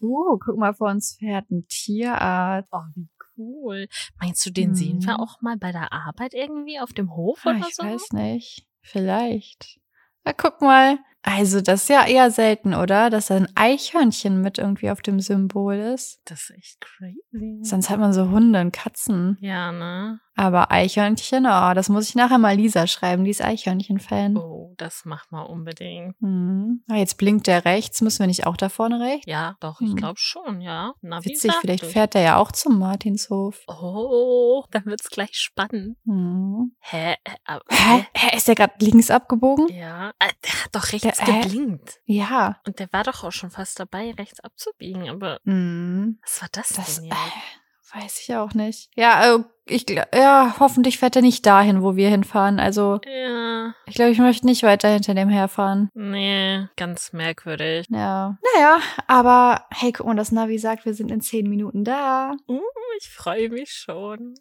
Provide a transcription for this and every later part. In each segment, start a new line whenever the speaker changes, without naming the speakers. Oh, guck mal, vor uns fährt ein Tierarzt. Ah,
Oh, wie cool. Meinst du, den sehen wir
Mhm.
auch mal bei der Arbeit irgendwie auf dem Hof
Ah,
oder
ich
so?
weiß nicht. Vielleicht. Na, guck mal. Also, das ist ja eher selten, oder? Dass da ein Eichhörnchen mit irgendwie auf dem Symbol ist.
Das ist echt crazy.
Sonst hat man so Hunde und Katzen.
ja, ne?
Aber Eichhörnchen, oh, das muss ich nachher mal Lisa schreiben. Die ist Eichhörnchen-Fan.
Oh, das macht man unbedingt.
Hm. Ah, jetzt blinkt der rechts. Müssen wir nicht auch da vorne rechts?
Ja, doch, ich
Hm.
glaube schon, ja. Na, wie
Witzig,
sagte
vielleicht
ich.
fährt der ja auch zum Martinshof.
Oh, dann wird's gleich spannend.
Hm.
Hä? Äh, aber-
Hä? Hä? Ist der gerade links abgebogen?
Ja. Äh, Der hat doch rechts
Der- hä?
geblinkt.
Ja.
Und der war doch auch schon fast dabei, rechts abzubiegen. Aber
Hm.
was war das,
Das
denn
äh,
jetzt?
weiß ich auch nicht. Ja, äh, ich gl- ja, hoffentlich fährt er nicht dahin, wo wir hinfahren. Also,
Ja,
ich glaube, ich möchte nicht weiter hinter dem herfahren.
nee, ganz merkwürdig.
Ja. Naja, aber hey, guck mal, das Navi sagt, wir sind in zehn Minuten da.
Uh, ich freue mich schon.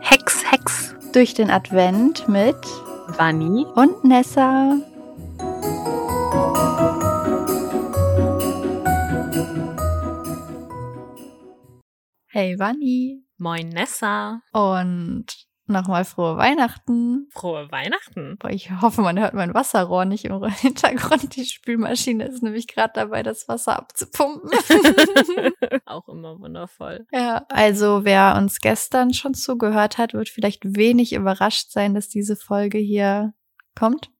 Hex, Hex,
Durch den Advent mit
Vanni.
und Nessa. Hey, Vanni.
Moin Nessa.
Und nochmal frohe Weihnachten.
Frohe Weihnachten.
Boah, ich hoffe, man hört mein Wasserrohr nicht im Hintergrund. Die Spülmaschine ist nämlich gerade dabei, das Wasser abzupumpen.
Auch immer wundervoll.
ja, also wer uns gestern schon zugehört hat, wird vielleicht wenig überrascht sein, dass diese Folge hier kommt.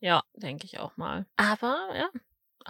Ja, denke ich auch mal. Aber ja,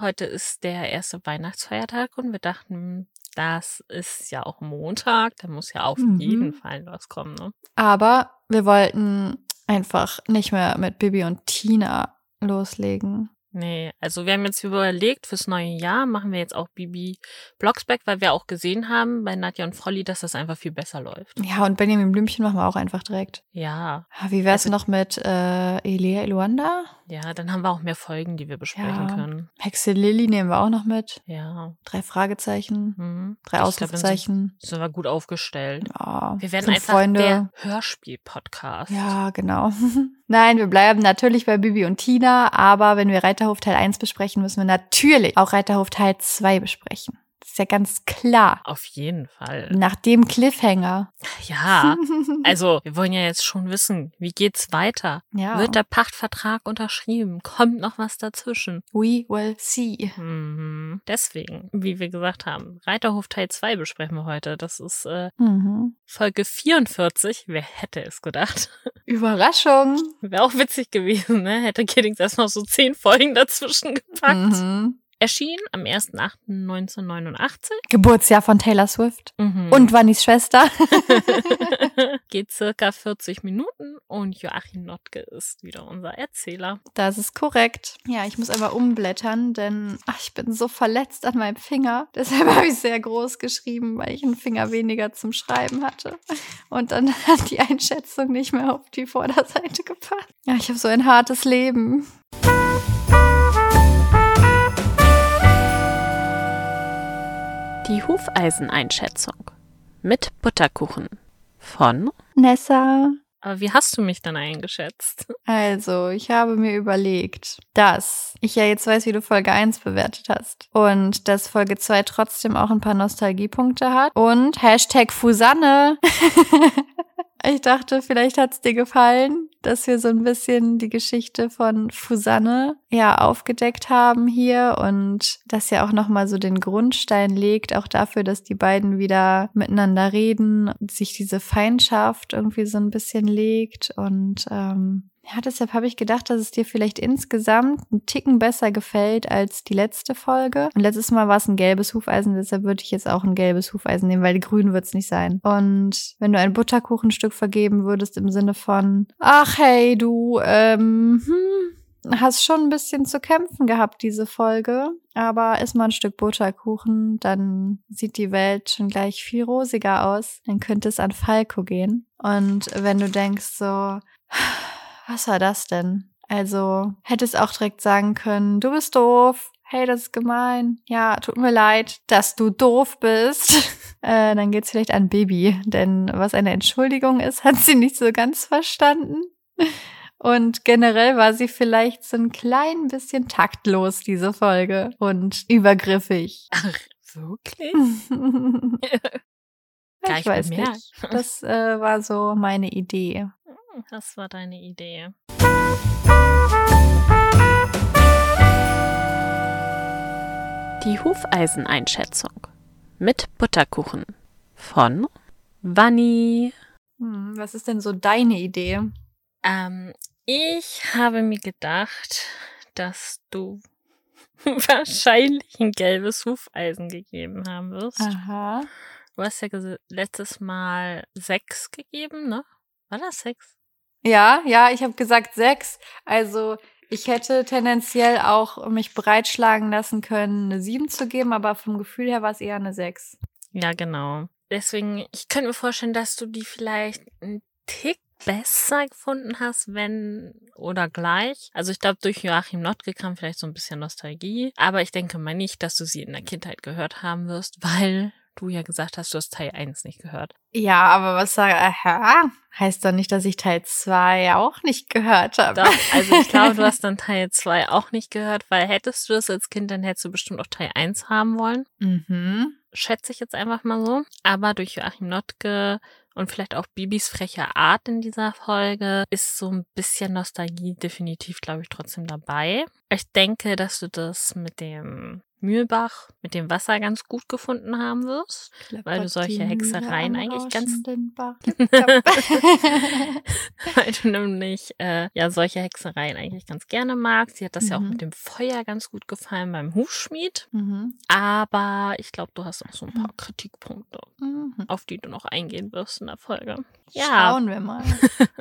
heute ist der erste Weihnachtsfeiertag und wir dachten, das ist ja auch Montag. Da muss ja auf
Mhm.
jeden Fall was kommen, ne?
Aber wir wollten einfach nicht mehr mit Bibi und Tina loslegen.
Nee, also wir haben jetzt überlegt, fürs neue Jahr machen wir jetzt auch Bibi Blocksberg, weil wir auch gesehen haben bei Nadja und Frolli, dass das einfach viel besser läuft.
Ja, und Benjamin Blümchen machen wir auch einfach direkt.
Ja,
Ah, Wie wär's
Also-
noch mit äh, Elia Luanda?
ja, dann haben wir auch mehr Folgen, die wir besprechen
Ja.
können.
Hexe Lilly nehmen wir auch noch mit.
Ja.
Drei Fragezeichen.
Hm.
Drei
Ich glaub, dann sind-
Ausrufezeichen.
Sind wir gut aufgestellt.
Ja,
Wir werden
sind
einfach der Hörspiel-Podcast.
ja, genau. Nein, wir bleiben natürlich bei Bibi und Tina, aber wenn wir Reiterhof Teil 1 besprechen, müssen wir natürlich auch Reiterhof Teil 2 besprechen. Das ist ja ganz klar.
Auf jeden Fall.
Nach dem Cliffhanger.
Ja. Also, wir wollen ja jetzt schon wissen, wie geht's weiter?
ja.
Wird der Pachtvertrag unterschrieben? Kommt noch was dazwischen?
We will see.
Mhm. Deswegen, wie wir gesagt haben, Reiterhof Teil 2 besprechen wir heute. Das ist äh,
Mhm.
Folge 44. Wer hätte es gedacht?
Überraschung.
Wäre auch witzig gewesen, ne? Hätte Kiddings erst noch so zehn Folgen dazwischen gepackt.
Mhm.
Erschien am 1.8.1989.
Geburtsjahr von Taylor Swift.
Mhm.
Und Wannys Schwester.
Geht circa 40 Minuten und Joachim Notke ist wieder unser Erzähler.
Das ist korrekt. Ja, ich muss einmal umblättern, denn ach, ich bin so verletzt an meinem Finger. Deshalb habe ich sehr groß geschrieben, weil ich einen Finger weniger zum Schreiben hatte. Und dann hat die Einschätzung nicht mehr auf die Vorderseite gepasst. Ja, ich habe so ein hartes Leben.
Die Hufeiseneinschätzung mit Butterkuchen von.
Nessa.
Aber wie hast du mich dann eingeschätzt?
Also, ich habe mir überlegt, dass ich ja jetzt weiß, wie du Folge 1 bewertet hast. Und dass Folge 2 trotzdem auch ein paar Nostalgiepunkte hat. Und Hashtag Fusanne. ich dachte, vielleicht hat es dir gefallen, dass wir so ein bisschen die Geschichte von Fusanne ja aufgedeckt haben hier. Und das ja auch nochmal so den Grundstein legt, auch dafür, dass die beiden wieder miteinander reden und sich diese Feindschaft irgendwie so ein bisschen legt. Und ähm, ja, deshalb habe ich gedacht, dass es dir vielleicht insgesamt einen Ticken besser gefällt als die letzte Folge. Und letztes Mal war es ein gelbes Hufeisen, deshalb würde ich jetzt auch ein gelbes Hufeisen nehmen, weil grün wird es nicht sein. Und wenn du ein Butterkuchenstück vergeben würdest im Sinne von, ach hey, du, ähm, hm, hast schon ein bisschen zu kämpfen gehabt, diese Folge. Aber isst mal ein Stück Butterkuchen, dann sieht die Welt schon gleich viel rosiger aus. Dann könnte es an Falco gehen. Und wenn du denkst so, was war das denn? Also hättest auch direkt sagen können, du bist doof. hey, das ist gemein. Ja, tut mir leid, dass du doof bist. Äh, dann geht's vielleicht an Baby, denn was eine Entschuldigung ist, hat sie nicht so ganz verstanden. Und generell war sie vielleicht so ein klein bisschen taktlos, diese Folge, und übergriffig.
Ach, wirklich?
Ja,
Gleich
ich weiß
bemerkt.
nicht. Das äh, war so meine Idee.
Hm, Das war deine Idee. Die Hufeiseneinschätzung mit Butterkuchen von Vanni.
Hm, was ist denn so deine Idee?
Ähm, ich habe mir gedacht, dass du wahrscheinlich ein gelbes Hufeisen gegeben haben wirst.
Aha.
Du hast ja ges- letztes Mal sechs gegeben, ne? War das sechs?
Ja, ja, ich habe gesagt sechs. Also ich hätte tendenziell auch mich breitschlagen lassen können, eine sieben zu geben, aber vom Gefühl her war es eher eine sechs.
Ja, genau. Deswegen, ich könnte mir vorstellen, dass du die vielleicht einen Tick besser gefunden hast, wenn oder gleich. Also ich glaube, durch Joachim Notke kam vielleicht so ein bisschen Nostalgie. Aber ich denke mal nicht, dass du sie in der Kindheit gehört haben wirst, weil du ja gesagt hast, du hast Teil 1 nicht gehört.
Ja, aber was sage aha, heißt doch nicht, dass ich Teil zwei auch nicht gehört habe.
Doch, also ich glaube, du hast dann Teil 2 auch nicht gehört, weil hättest du das als Kind, dann hättest du bestimmt auch Teil 1 haben wollen.
Mhm.
schätze ich jetzt einfach mal so. Aber durch Joachim Notke und vielleicht auch Bibis freche Art in dieser Folge ist so ein bisschen Nostalgie definitiv, glaube ich, trotzdem dabei. Ich denke, dass du das mit dem Mühlbach, mit dem Wasser ganz gut gefunden haben wirst. Weil du solche Hexereien eigentlich ganz- Weil du nämlich äh, ja solche Hexereien eigentlich ganz gerne magst. Sie hat das ja auch
Mhm.
mit dem Feuer ganz gut gefallen beim Hufschmied.
mhm.
Aber ich glaube, du hast auch so ein paar
Mhm.
Kritikpunkte,
Mhm.
auf die du noch eingehen wirst in der Folge. Ja.
Schauen Mhm. wir mal.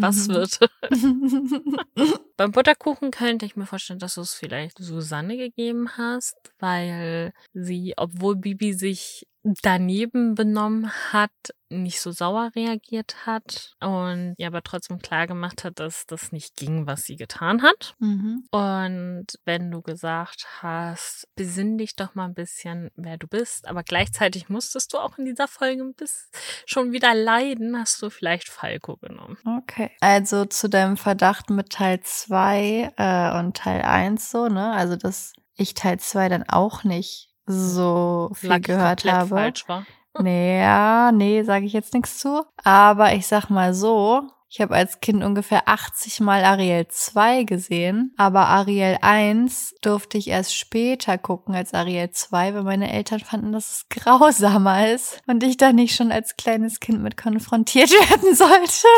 Was wird?
wird?
Beim Butterkuchen könnte ich mir vorstellen, dass du es vielleicht Susanne gegeben hast, weil sie, obwohl Bibi sich daneben benommen hat, nicht so sauer reagiert hat und ja, aber trotzdem klar gemacht hat, dass das nicht ging, was sie getan hat.
mhm.
Und wenn du gesagt hast, besinn dich doch mal ein bisschen, wer du bist, aber gleichzeitig musstest du auch in dieser Folge ein bisschen schon wieder leiden, hast du vielleicht Falco genommen.
Okay. Also zu deinem Verdacht mit Teil 2 äh, und Teil 1 so, ne? Also dass ich Teil 2 dann auch nicht so viel
Lag ich
gehört
komplett
habe.
Falsch war.
Nee, ja, nee, sage ich jetzt nichts zu. Aber ich sag mal so, ich habe als Kind ungefähr 80 Mal Ariel 2 gesehen, aber Ariel 1 durfte ich erst später gucken als Ariel 2, weil meine Eltern fanden, dass es grausamer ist und ich da nicht schon als kleines Kind mit konfrontiert werden sollte.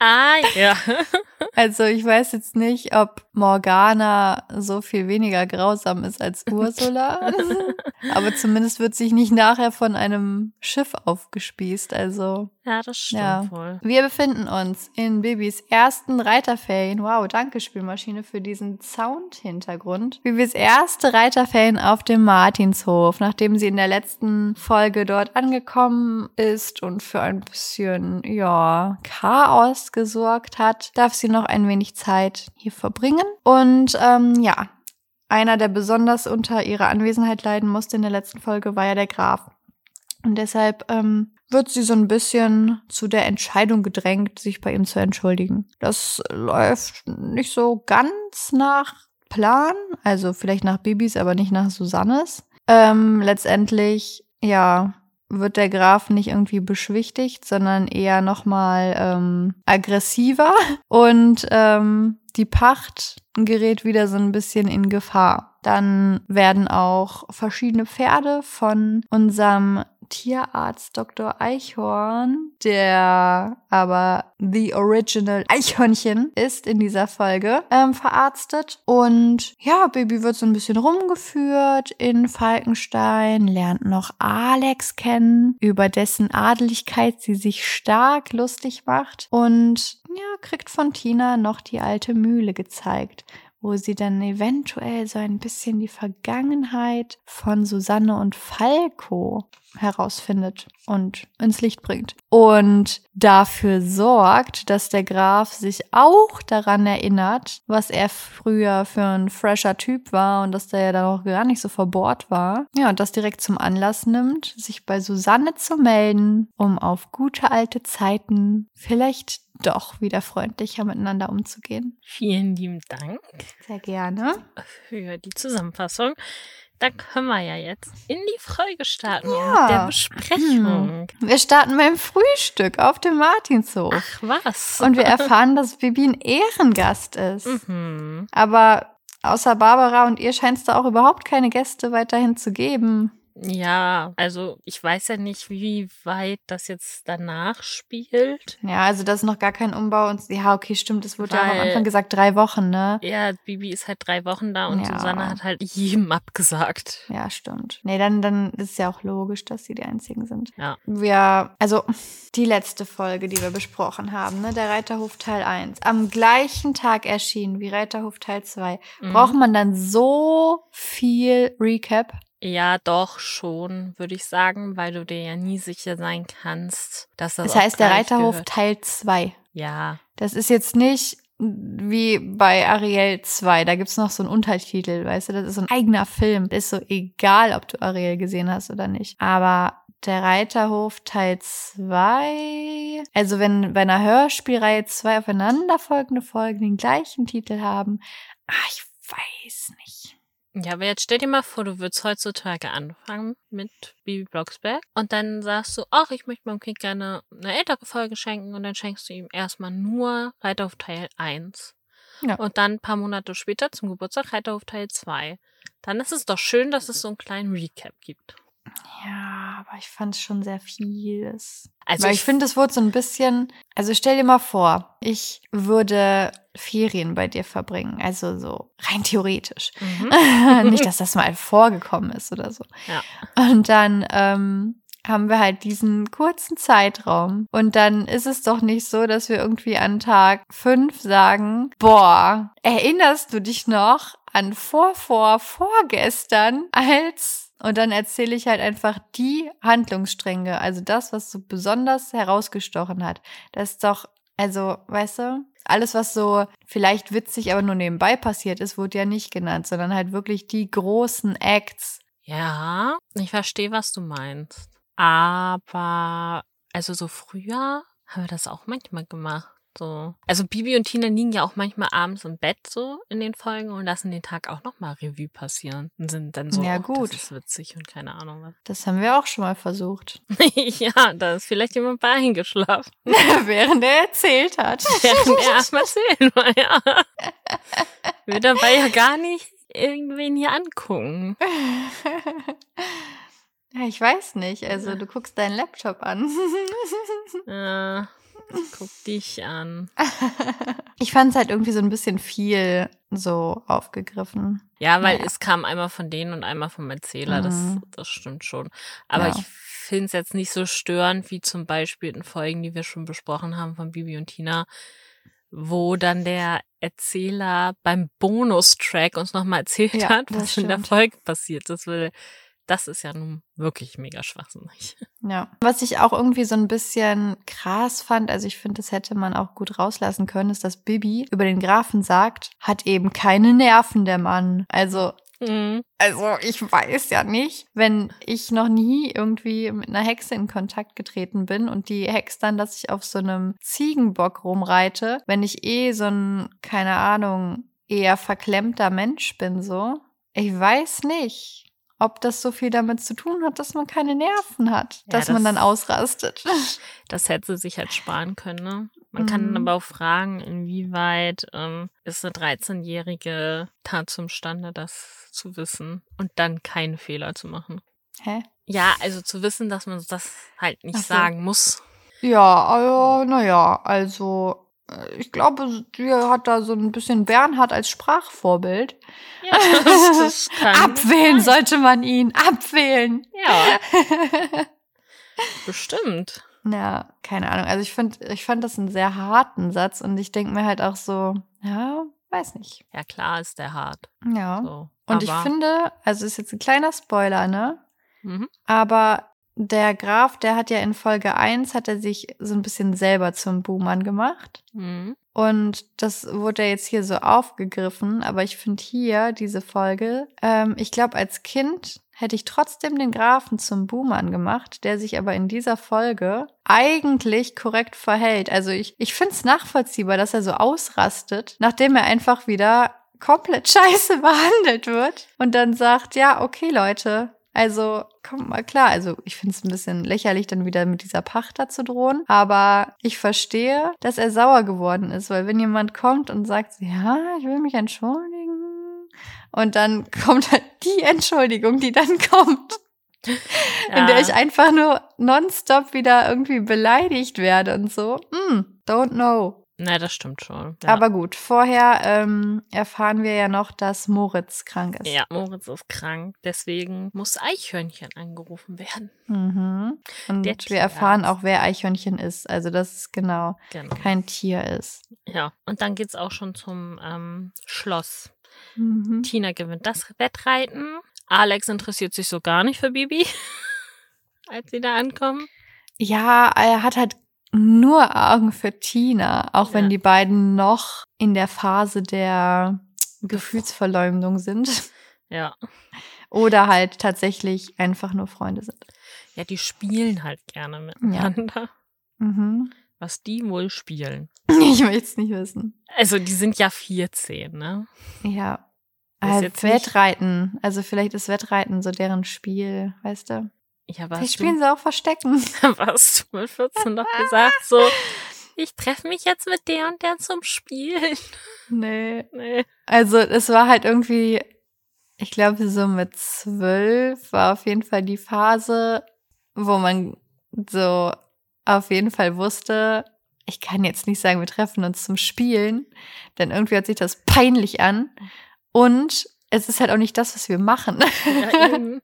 Ah, ja.
Also ich weiß jetzt nicht, ob Morgana so viel weniger grausam ist als Ursula. Aber zumindest wird sich nicht nachher von einem Schiff aufgespießt. Also
ja, das stimmt
Ja.
wohl.
wir befinden uns in Bibis ersten Reiterferien. Wow, danke Spielmaschine für diesen Soundhintergrund. Bibis erste Reiterferien auf dem Martinshof, nachdem sie in der letzten Folge dort angekommen ist und für ein bisschen, ja, Chaos gesorgt hat, darf sie noch ein wenig Zeit hier verbringen. Und ähm, ja, einer, der besonders unter ihrer Anwesenheit leiden musste in der letzten Folge, war ja der Graf. Und deshalb ähm, wird sie so ein bisschen zu der Entscheidung gedrängt, sich bei ihm zu entschuldigen. Das läuft nicht so ganz nach Plan, also vielleicht nach Bibis, aber nicht nach Susannes. Ähm, letztendlich, ja, wird der Graf nicht irgendwie beschwichtigt, sondern eher nochmal ähm, aggressiver und ähm, die Pacht gerät wieder so ein bisschen in Gefahr. Dann werden auch verschiedene Pferde von unserem Tierarzt Dr. Eichhorn, der aber The Original Eichhörnchen ist in dieser Folge, ähm, verarztet. Und ja, Baby wird so ein bisschen rumgeführt in Falkenstein, lernt noch Alex kennen, über dessen Adeligkeit sie sich stark lustig macht und ja, kriegt von Tina noch die alte Mühle gezeigt wo sie dann eventuell so ein bisschen die Vergangenheit von Susanne und Falco herausfindet und ins Licht bringt. Und dafür sorgt, dass der Graf sich auch daran erinnert, was er früher für ein fresher Typ war und dass der ja dann auch gar nicht so verbohrt war. Ja, und das direkt zum Anlass nimmt, sich bei Susanne zu melden, um auf gute alte Zeiten vielleicht doch wieder freundlicher miteinander umzugehen.
Vielen lieben Dank
Sehr gerne.
für die Zusammenfassung. Da können wir ja jetzt in die Folge starten
Ja. Mhm.
mit der Besprechung.
Wir starten beim Frühstück auf dem Martinshof.
Ach was.
Und wir erfahren, dass Bibi ein Ehrengast ist.
mhm.
Aber außer Barbara und ihr scheint es da auch überhaupt keine Gäste weiterhin zu geben.
Ja, also ich weiß ja nicht, wie weit das jetzt danach spielt.
Ja, also das ist noch gar kein Umbau und ja, okay, stimmt, es wurde ja auch am
Weil-
Anfang gesagt, drei Wochen, ne?
Ja, Bibi ist halt drei Wochen da und
Ja.
Susanne hat halt jedem abgesagt.
Ja, stimmt. Nee, dann, dann ist ja auch logisch, dass sie die einzigen sind.
Ja.
Wir, also die letzte Folge, die wir besprochen haben, ne? Der Reiterhof Teil 1. Am gleichen Tag erschienen wie Reiterhof Teil 2.
Mhm.
Braucht man dann so viel Recap?
Ja, doch schon, würde ich sagen, weil du dir ja nie sicher sein kannst, dass das.
Das
auch
heißt, der
gleich
Reiterhof
gehört.
Teil 2.
Ja,
Das ist jetzt nicht wie bei Ariel 2. Da gibt's noch so einen Untertitel, weißt du? Das ist so ein eigener Film. Ist so egal, ob du Ariel gesehen hast oder nicht. Aber der Reiterhof Teil 2. Also wenn bei einer Hörspielreihe zwei aufeinanderfolgende Folgen den gleichen Titel haben. Ah, ich weiß nicht.
Ja, aber jetzt stell dir mal vor, du würdest heutzutage anfangen mit Bibi Blocksberg und dann sagst du, ach, ich möchte meinem Kind gerne eine ältere Folge schenken und dann schenkst du ihm erstmal nur Reiter auf Teil 1.
Ja.
Und dann ein paar Monate später zum Geburtstag Reiter auf Teil 2. Dann ist es doch schön, dass
Mhm.
es so einen kleinen Recap gibt.
Ja, aber ich fand's schon sehr vieles.
Also
Weil ich finde, es wurde so ein bisschen. Also stell dir mal vor, ich würde Ferien bei dir verbringen. Also so rein theoretisch.
Mhm.
Nicht, dass das mal vorgekommen ist oder so.
Ja.
Und dann ähm, haben wir halt diesen kurzen Zeitraum. Und dann ist es doch nicht so, dass wir irgendwie an Tag fünf sagen, boah, erinnerst du dich noch an vor, vor, vorgestern als... Und dann erzähle ich halt einfach die Handlungsstränge, also das, was so besonders herausgestochen hat. Das ist doch, also, weißt du, alles, was so vielleicht witzig, aber nur nebenbei passiert ist, wurde ja nicht genannt, sondern halt wirklich die großen Acts.
Ja, ich verstehe, was du meinst. Aber, also so früher haben wir das auch manchmal gemacht. So. Also Bibi und Tina liegen ja auch manchmal abends im Bett so in den Folgen und lassen den Tag auch nochmal Revue passieren. Und sind dann so,
Ja,
oh,
gut.
das ist witzig und keine Ahnung was.
Das haben wir auch schon mal versucht,
ja, da ist vielleicht jemand bei eingeschlafen,
während er erzählt hat.
während er am Erzählen war, ja. Wir dabei ja gar nicht irgendwen hier angucken.
ja, ich weiß nicht. Also, du guckst deinen Laptop an.
Äh, guck dich an.
ich fand es halt irgendwie so ein bisschen viel so aufgegriffen.
Ja, weil
Naja.
es kam einmal von denen und einmal vom Erzähler,
Mhm.
das, das stimmt schon. Aber
Ja.
ich finde es jetzt nicht so störend wie zum Beispiel in Folgen, die wir schon besprochen haben von Bibi und Tina, wo dann der Erzähler beim Bonustrack uns nochmal erzählt
Ja,
hat,
das
was in der
stimmt.
Folge passiert ist. Weil das ist ja nun wirklich mega schwachsinnig.
Ja. Was ich auch irgendwie so ein bisschen krass fand, also ich finde, das hätte man auch gut rauslassen können, ist, dass Bibi über den Grafen sagt, hat eben keine Nerven, der Mann. Also,
Mhm.
Also ich weiß ja nicht, wenn ich noch nie irgendwie mit einer Hexe in Kontakt getreten bin und die Hex dann, dass ich auf so einem Ziegenbock rumreite, wenn ich eh so ein, keine Ahnung, eher verklemmter Mensch bin, so. Ich weiß nicht, ob das so viel damit zu tun hat, dass man keine Nerven hat,
Ja,
dass man
das-
dann ausrastet.
Das hätte sie sich halt sparen können. Ne? Man kann
Mhm.
aber auch fragen, inwieweit ähm, ist eine 13-jährige dazu imstande, das zu wissen und dann keinen Fehler zu machen.
Hä?
Ja, also zu wissen, dass man das halt nicht
Ach so.
sagen muss.
Ja, äh, naja, also äh, ich glaube, dir hat da so ein bisschen Bernhard als Sprachvorbild.
Ja, das, das kann
Abwählen
sein.
sollte man ihn. Abwählen.
Ja, bestimmt.
Na, keine Ahnung. Also ich finde, ich fand das einen sehr harten Satz und ich denke mir halt auch so, ja, weiß nicht.
Ja, klar ist der hart.
Ja.
So.
Und ich
Aber-
finde, also ist jetzt ein kleiner Spoiler, ne?
Mhm.
Aber der Graf, der hat ja in Folge 1, hat er sich so ein bisschen selber zum Buhmann gemacht.
Mhm.
Und das wurde ja jetzt hier so aufgegriffen, aber ich finde hier diese Folge, ähm, ich glaube, als Kind hätte ich trotzdem den Grafen zum Buhmann gemacht, der sich aber in dieser Folge eigentlich korrekt verhält. Also ich, ich finde es nachvollziehbar, dass er so ausrastet, nachdem er einfach wieder komplett scheiße behandelt wird und dann sagt, ja, okay Leute, also kommt mal klar. Also ich finde es ein bisschen lächerlich, dann wieder mit dieser Pachter zu drohen. Aber ich verstehe, dass er sauer geworden ist, weil wenn jemand kommt und sagt, ja, ich will mich entschuldigen. Und dann kommt halt die Entschuldigung, die dann kommt. In der ich einfach nur nonstop wieder irgendwie beleidigt werde und so. Mm, don't know.
Na, das stimmt schon. Ja.
Aber gut, vorher ähm, erfahren wir ja noch, dass Moritz krank ist.
ja, Moritz ist krank, deswegen muss Eichhörnchen angerufen werden.
Mhm. Und
Der
wir erfahren
Tierarzt.
auch, wer Eichhörnchen ist. Also, dass es genau
Genau.
kein Tier ist.
Ja. Und dann geht's auch schon zum ähm, Schloss.
Mhm.
Tina gewinnt das Wettreiten. Alex interessiert sich so gar nicht für Bibi, als sie da ankommen.
Ja, er hat halt nur Augen für Tina, auch
Ja.
wenn die beiden noch in der Phase der Gefühlsverleumdung sind
Ja.
oder halt tatsächlich einfach nur Freunde sind.
Ja, die spielen halt gerne miteinander.
Mhm.
Was die wohl spielen.
Ich möchte es nicht wissen.
Also, die sind ja 14, ne?
Ja.
Ist
Also
jetzt nicht-
Wettreiten. Also vielleicht ist Wettreiten so deren Spiel, weißt du?
Ja, was?
Vielleicht spielen sie auch Verstecken.
was du mit 14 noch gesagt, so, ich treffe mich jetzt mit der und der zum Spielen.
Nee.
Nee.
Also es war halt irgendwie, ich glaube so mit zwölf war auf jeden Fall die Phase, wo man so auf jeden Fall wusste, ich kann jetzt nicht sagen, wir treffen uns zum Spielen, denn irgendwie hört sich das peinlich an
Mhm.
und es ist halt auch nicht das, was wir machen.
Ja, eben.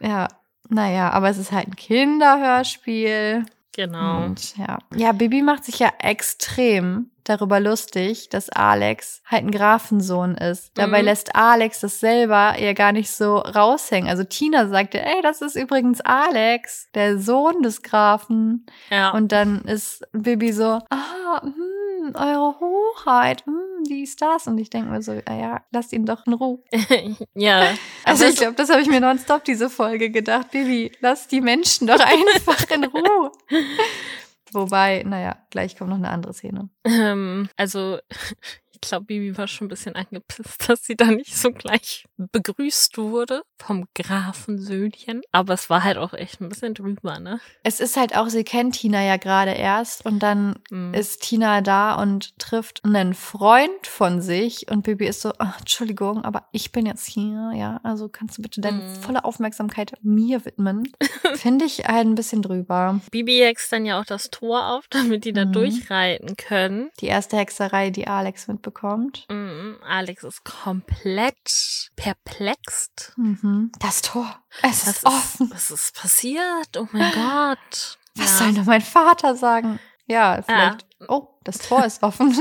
ja, naja, aber es ist halt ein Kinderhörspiel.
Genau.
Und ja. Ja, Bibi macht sich ja extrem darüber lustig, dass Alex halt ein Grafensohn ist. Dabei
Mhm.
lässt Alex das selber ja gar nicht so raushängen. Also Tina sagte, ey, das ist übrigens Alex, der Sohn des Grafen.
Ja.
Und dann ist Bibi so, ah, hm, eure Hoheit, hm, die ist das. Und ich denke mir so, "Ah ja, lasst ihn doch in Ruhe.
ja.
Also
Aber
ich glaube, das habe ich mir nonstop diese Folge gedacht. Bibi, lass die Menschen doch einfach in Ruhe. Wobei, naja, gleich kommt noch eine andere Szene.
Ähm, also, ich glaube, Bibi war schon ein bisschen angepisst, dass sie da nicht so gleich begrüßt wurde vom Grafensöhnchen. Aber es war halt auch echt ein bisschen drüber, ne?
Es ist halt auch, sie kennt Tina ja gerade erst und dann
Mhm.
ist Tina da und trifft einen Freund von sich und Bibi ist so, "Ach, Entschuldigung, aber ich bin jetzt hier, ja, also kannst du bitte deine
Mhm.
volle Aufmerksamkeit mir widmen. Finde ich halt ein bisschen drüber.
Bibi hext dann ja auch das Tor auf, damit die da
Mhm.
durchreiten können.
Die erste Hexerei, die Alex mitbekommt.
Mhm. Alex ist komplett perplext.
Mhm. Das Tor, es
Was
ist offen.
Was ist passiert? Oh mein Gott.
Was
ja. Ah.
soll denn mein Vater sagen? Ja, vielleicht. Oh, das Tor ist offen.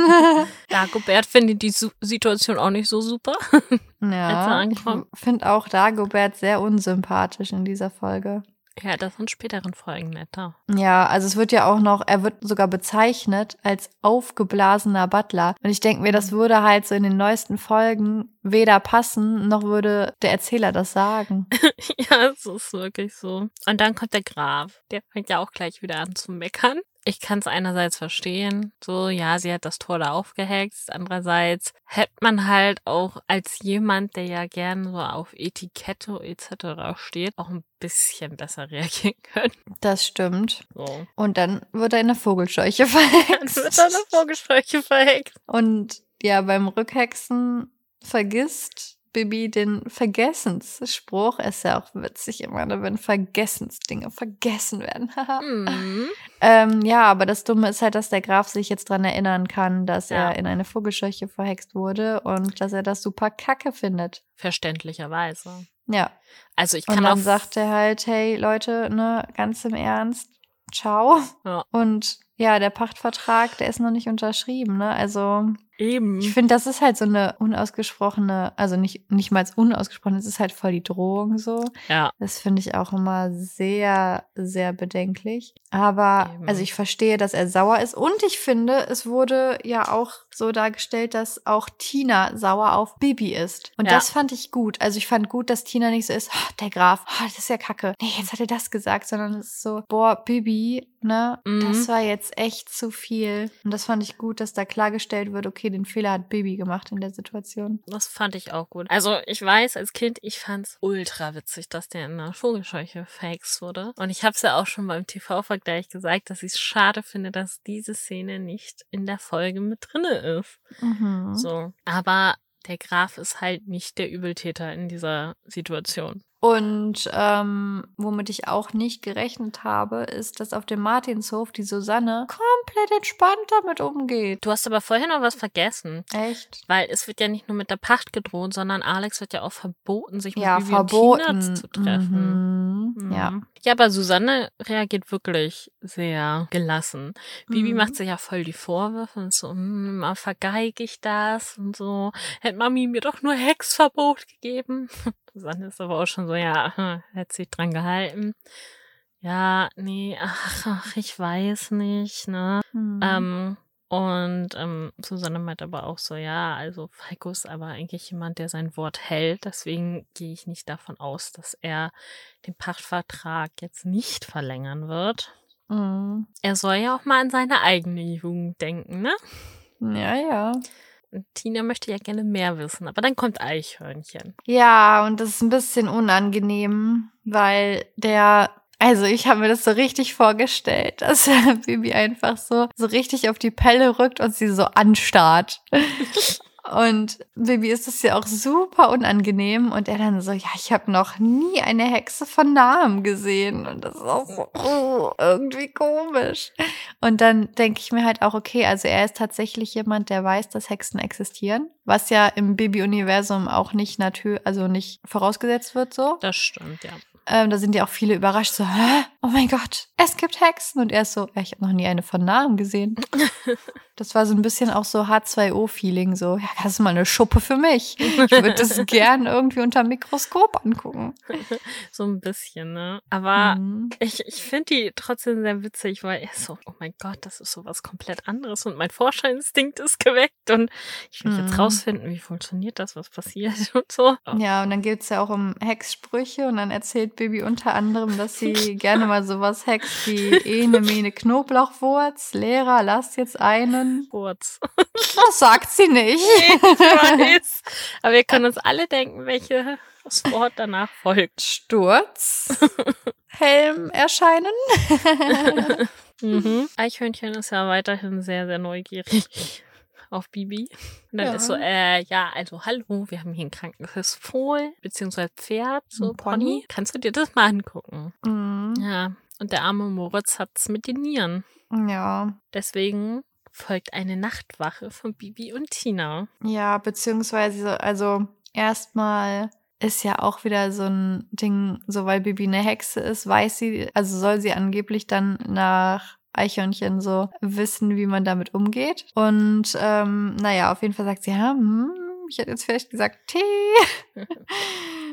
Dagobert findet die Su Situation auch nicht so super. Als er
ja, ich
ankommt.
finde auch Dagobert sehr unsympathisch in dieser Folge.
Ja, das sind späteren Folgen netter.
Ja, also es wird ja auch noch, er wird sogar bezeichnet als aufgeblasener Butler. Und ich denke mir, das würde halt so in den neuesten Folgen weder passen, noch würde der Erzähler das sagen.
ja, es ist wirklich so. Und dann kommt der Graf. Der fängt ja auch gleich wieder an zu meckern. Ich kann es einerseits verstehen. So, ja, sie hat das Tor da aufgehext. Andererseits hätte man halt auch als jemand, der ja gern so auf Etikette etc. steht, auch ein bisschen besser reagieren können.
Das stimmt.
So.
Und dann wird er in eine Vogelscheuche verhext.
Dann wird da eine Vorgespräche verhext.
Und ja, beim Rückhexen vergisst Bibi den Vergessensspruch. Ist ja auch witzig immer, ne, wenn Vergessensdinge vergessen werden.
Mhm.
ähm, ja, aber das Dumme ist halt, dass der Graf sich jetzt dran erinnern kann, dass
Ja.
er in eine Vogelscheuche verhext wurde und dass er das super kacke findet.
Verständlicherweise.
Ja.
Also ich
Und
kann auch
dann sagt er halt, hey Leute, ne, ganz im Ernst, ciao.
Ja.
Und ja, der Pachtvertrag, der ist noch nicht unterschrieben, ne? Also
Eben.
Ich finde, das ist halt so eine unausgesprochene, also nicht, nicht mal als unausgesprochen, es ist halt voll die Drohung so.
Ja.
Das finde ich auch immer sehr, sehr bedenklich. Aber,
Eben.
also ich verstehe, dass er sauer ist. Und ich finde, es wurde ja auch so dargestellt, dass auch Tina sauer auf Bibi ist. Und
Ja.
das fand ich gut. Also ich fand gut, dass Tina nicht so ist, "Ah, der Graf, ah, das ist ja kacke. Nee, jetzt hat er das gesagt, sondern es ist so, boah, Bibi, ne,
Mhm.
das war jetzt echt zu viel. Und das fand ich gut, dass da klargestellt wird, okay, den Fehler hat Bibi gemacht in der Situation.
Das fand ich auch gut. Also ich weiß, als Kind, ich fand's ultra witzig, dass der in einer Vogelscheuche verhext wurde. Und ich hab's ja auch schon beim TV-Vergleich gesagt, dass ich es schade finde, dass diese Szene nicht in der Folge mit drinne ist.
Mhm.
So. Aber der Graf ist halt nicht der Übeltäter in dieser Situation.
Und ähm, womit ich auch nicht gerechnet habe, ist, dass auf dem Martinshof die Susanne komplett entspannt damit umgeht.
Du hast aber vorher noch was vergessen.
Echt?
Weil es wird ja nicht nur mit der Pacht gedroht, sondern Alex wird ja auch verboten, sich
Ja,
mit Vivi und
verboten.
Tina zu treffen.
Mhm. Ja.
Mhm. Ja, aber Susanne reagiert wirklich sehr gelassen. Bibi
Mhm.
macht sich ja voll die Vorwürfe und ist so, "Hm, mal vergeige ich das und so. Hätte Mami mir doch nur Hexverbot gegeben. Susanne ist aber auch schon so, ja, hm, hätte sich dran gehalten. Ja, nee, ach, ach ich weiß nicht, ne?
Mhm.
Ähm, und ähm, Susanne meint aber auch so, ja, also Falco ist aber eigentlich jemand, der sein Wort hält. Deswegen gehe ich nicht davon aus, dass er den Pachtvertrag jetzt nicht verlängern wird.
Mhm.
Er soll ja auch mal an seine eigene Jugend denken, ne?
Ja, ja.
Und Tina möchte ja gerne mehr wissen, aber dann kommt Eichhörnchen.
Ja, und das ist ein bisschen unangenehm, weil der, also ich habe mir das so richtig vorgestellt, dass Bibi einfach so, so richtig auf die Pelle rückt und sie so anstarrt. Und Bibi ist das ja auch super unangenehm und er dann so, ja, ich habe noch nie eine Hexe von Namen gesehen und das ist auch so oh, irgendwie komisch. Und dann denke ich mir halt auch, okay, also er ist tatsächlich jemand, der weiß, dass Hexen existieren, was ja im Bibi-Universum auch nicht natürlich, also nicht vorausgesetzt wird so.
Das stimmt, ja.
Ähm, da sind ja auch viele überrascht, so, Hä? oh mein Gott, es gibt Hexen. Und er ist so, ja, ich habe noch nie eine von Namen gesehen. Das war so ein bisschen auch so H2O-Feeling, so, ja, das ist mal eine Schuppe für mich. Ich würde das gern irgendwie unter dem Mikroskop angucken.
So ein bisschen, ne? Aber
Mhm.
Ich, ich finde die trotzdem sehr witzig, weil er so, oh mein Gott, das ist sowas komplett anderes und mein Forscherinstinkt ist geweckt und ich will
Mhm.
jetzt rausfinden, wie funktioniert das, was passiert und so. Oh,
Ja, und dann gibt's ja auch um Hexsprüche und dann erzählt Bibi unter anderem, dass sie gerne mal sowas hext wie Ene, Mene, Knoblauchwurz, Lehrer, lass jetzt einen.
Kurz.
Das sagt sie nicht.
Ich weiß. Aber wir können uns alle denken, welches Wort danach folgt.
Sturz, Helm erscheinen.
Mhm. Eichhörnchen ist ja weiterhin sehr, sehr neugierig auf Bibi. Und dann
Ja.
ist so, äh, ja, also hallo, wir haben hier ein krankes Fohl, beziehungsweise Pferd, so
Ein Pony.
Pony. Kannst du dir das mal angucken?
Mhm.
Ja, und der arme Moritz hat's mit den Nieren.
Ja.
Deswegen folgt eine Nachtwache von Bibi und Tina.
Ja, beziehungsweise, also erstmal ist ja auch wieder so ein Ding, so weil Bibi eine Hexe ist, weiß sie, also soll sie angeblich dann nach Eichhörnchen so wissen, wie man damit umgeht. Und ähm, naja, auf jeden Fall sagt sie, ja, hm, ich hätte jetzt vielleicht gesagt Tee